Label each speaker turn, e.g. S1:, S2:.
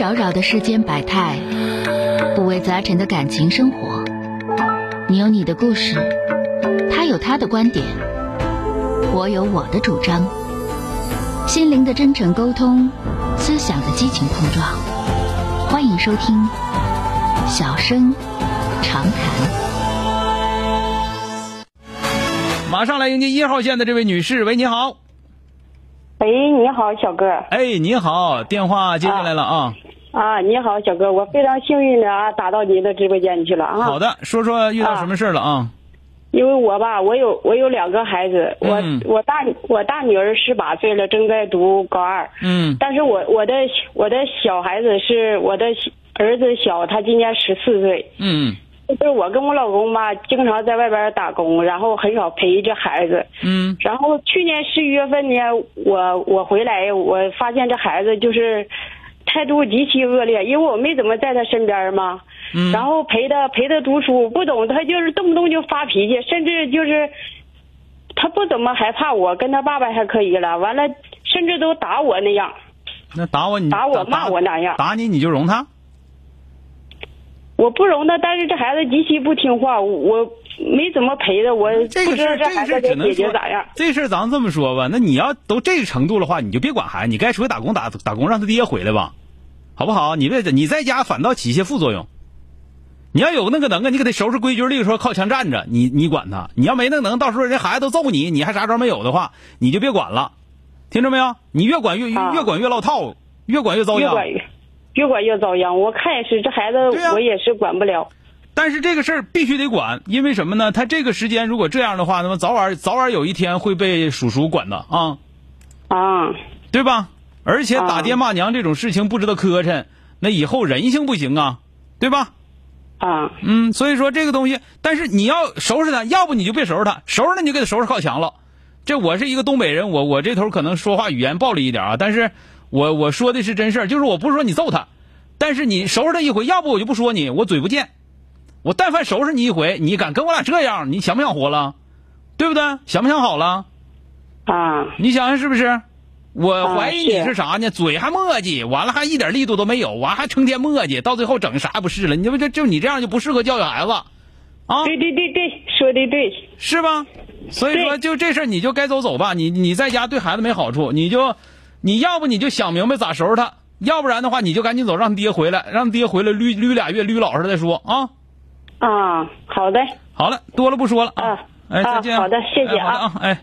S1: 扰扰的世间百态，五味杂陈的感情生活。你有你的故事，他有他的观点，我有我的主张。心灵的真诚沟通，思想的激情碰撞。欢迎收听《小声长谈》。
S2: 马上来迎接一号线的这位女士，喂，你好，
S3: 喂，哎你好，小哥。
S2: 哎，你好，电话接进来了啊，
S3: 啊，你好，小哥，我非常幸运的啊，打到您的直播间去了啊。
S2: 好的，说说遇到什么事儿了啊？
S3: 因为我吧，我有我有两个孩子，我、
S2: 嗯
S3: 我大我大女儿十八岁了，正在读高二，
S2: 嗯
S3: 但是我我的我的小孩子是我的儿子小，他今年十四岁。
S2: 嗯
S3: 就是我跟我老公吧，经常在外边打工，然后很少陪这孩子。
S2: 嗯
S3: 然后去年十一月份呢，我我回来，我发现这孩子就是态度极其恶劣，因为我没怎么在他身边嘛，
S2: 嗯，
S3: 然后陪他陪他读书，不懂他就是动不动就发脾气，甚至就是他不怎么害怕我，跟他爸爸还可以了，完了甚至都打我那样，
S2: 那打我你
S3: 打我骂我那样
S2: 打你你就容他，
S3: 我不容他，但是这孩子极其不听话，我没怎么陪他，我
S2: 嗯这
S3: 不
S2: 个
S3: 知
S2: 事
S3: 道
S2: 儿
S3: 这
S2: 这个事
S3: 孩子
S2: 儿只
S3: 得
S2: 能
S3: 解决
S2: 说
S3: 咋样。
S2: 这事儿咱们这么说吧，那你要都这个程度的话，你就别管孩子，你该出去打工打打工，让他爹回来吧，好不好？你别你在家反倒起一些副作用。你要有那个能耐，你给他收拾规矩，例如说靠墙站着，你你管他；你要没那个能，到时候人孩子都揍你，你还啥招没有的话，你就别管了，听着没有？你越管越越
S3: 啊
S2: 越管越落套，越管越遭
S3: 越
S2: 殃。
S3: 管越越管越遭殃。我看也是，这孩子
S2: 对啊
S3: 我也是管不了。
S2: 但是这个事儿必须得管，因为什么呢？他这个时间如果这样的话，那么早晚早晚有一天会被叔叔管的啊，
S3: 啊
S2: 对吧？而且
S3: 啊
S2: 打爹骂娘这种事情不知道磕碜，那以后人性不行啊，对吧？
S3: 啊
S2: 嗯，所以说这个东西，但是你要收拾他，要不你就别收拾他，收拾他你就给他收拾靠墙了。这我是一个东北人，我我这头可能说话语言暴力一点啊，但是我我说的是真事儿，就是我不是说你揍他，但是你收拾他一回，要不我就不说你，我嘴不贱，我但凡收拾你一回，你敢跟我俩这样，你想不想活了？对不对？想不想好了？
S3: 啊
S2: 你想想是不是？我
S3: 啊
S2: 怀疑你
S3: 是
S2: 是啥呢？嘴还磨叽，完了还一点力度都没有，完还成天磨叽，到最后整啥也不是了。你这不就就你这样就不适合教育孩子，啊，
S3: 对对对对，说的对。
S2: 是吧？所以说
S3: 对
S2: 就这事儿你就该走走吧，你你在家对孩子没好处，你就你要不你就想明白咋收拾他，要不然的话你就赶紧走，让爹回来，让爹回来捋捋俩月，捋老实了再说啊。
S3: 啊，好的，
S2: 好了，多了不说了啊
S3: 啊，
S2: 哎，
S3: 啊
S2: 再见啊、
S3: 好的谢谢
S2: 哎好的啊，哎。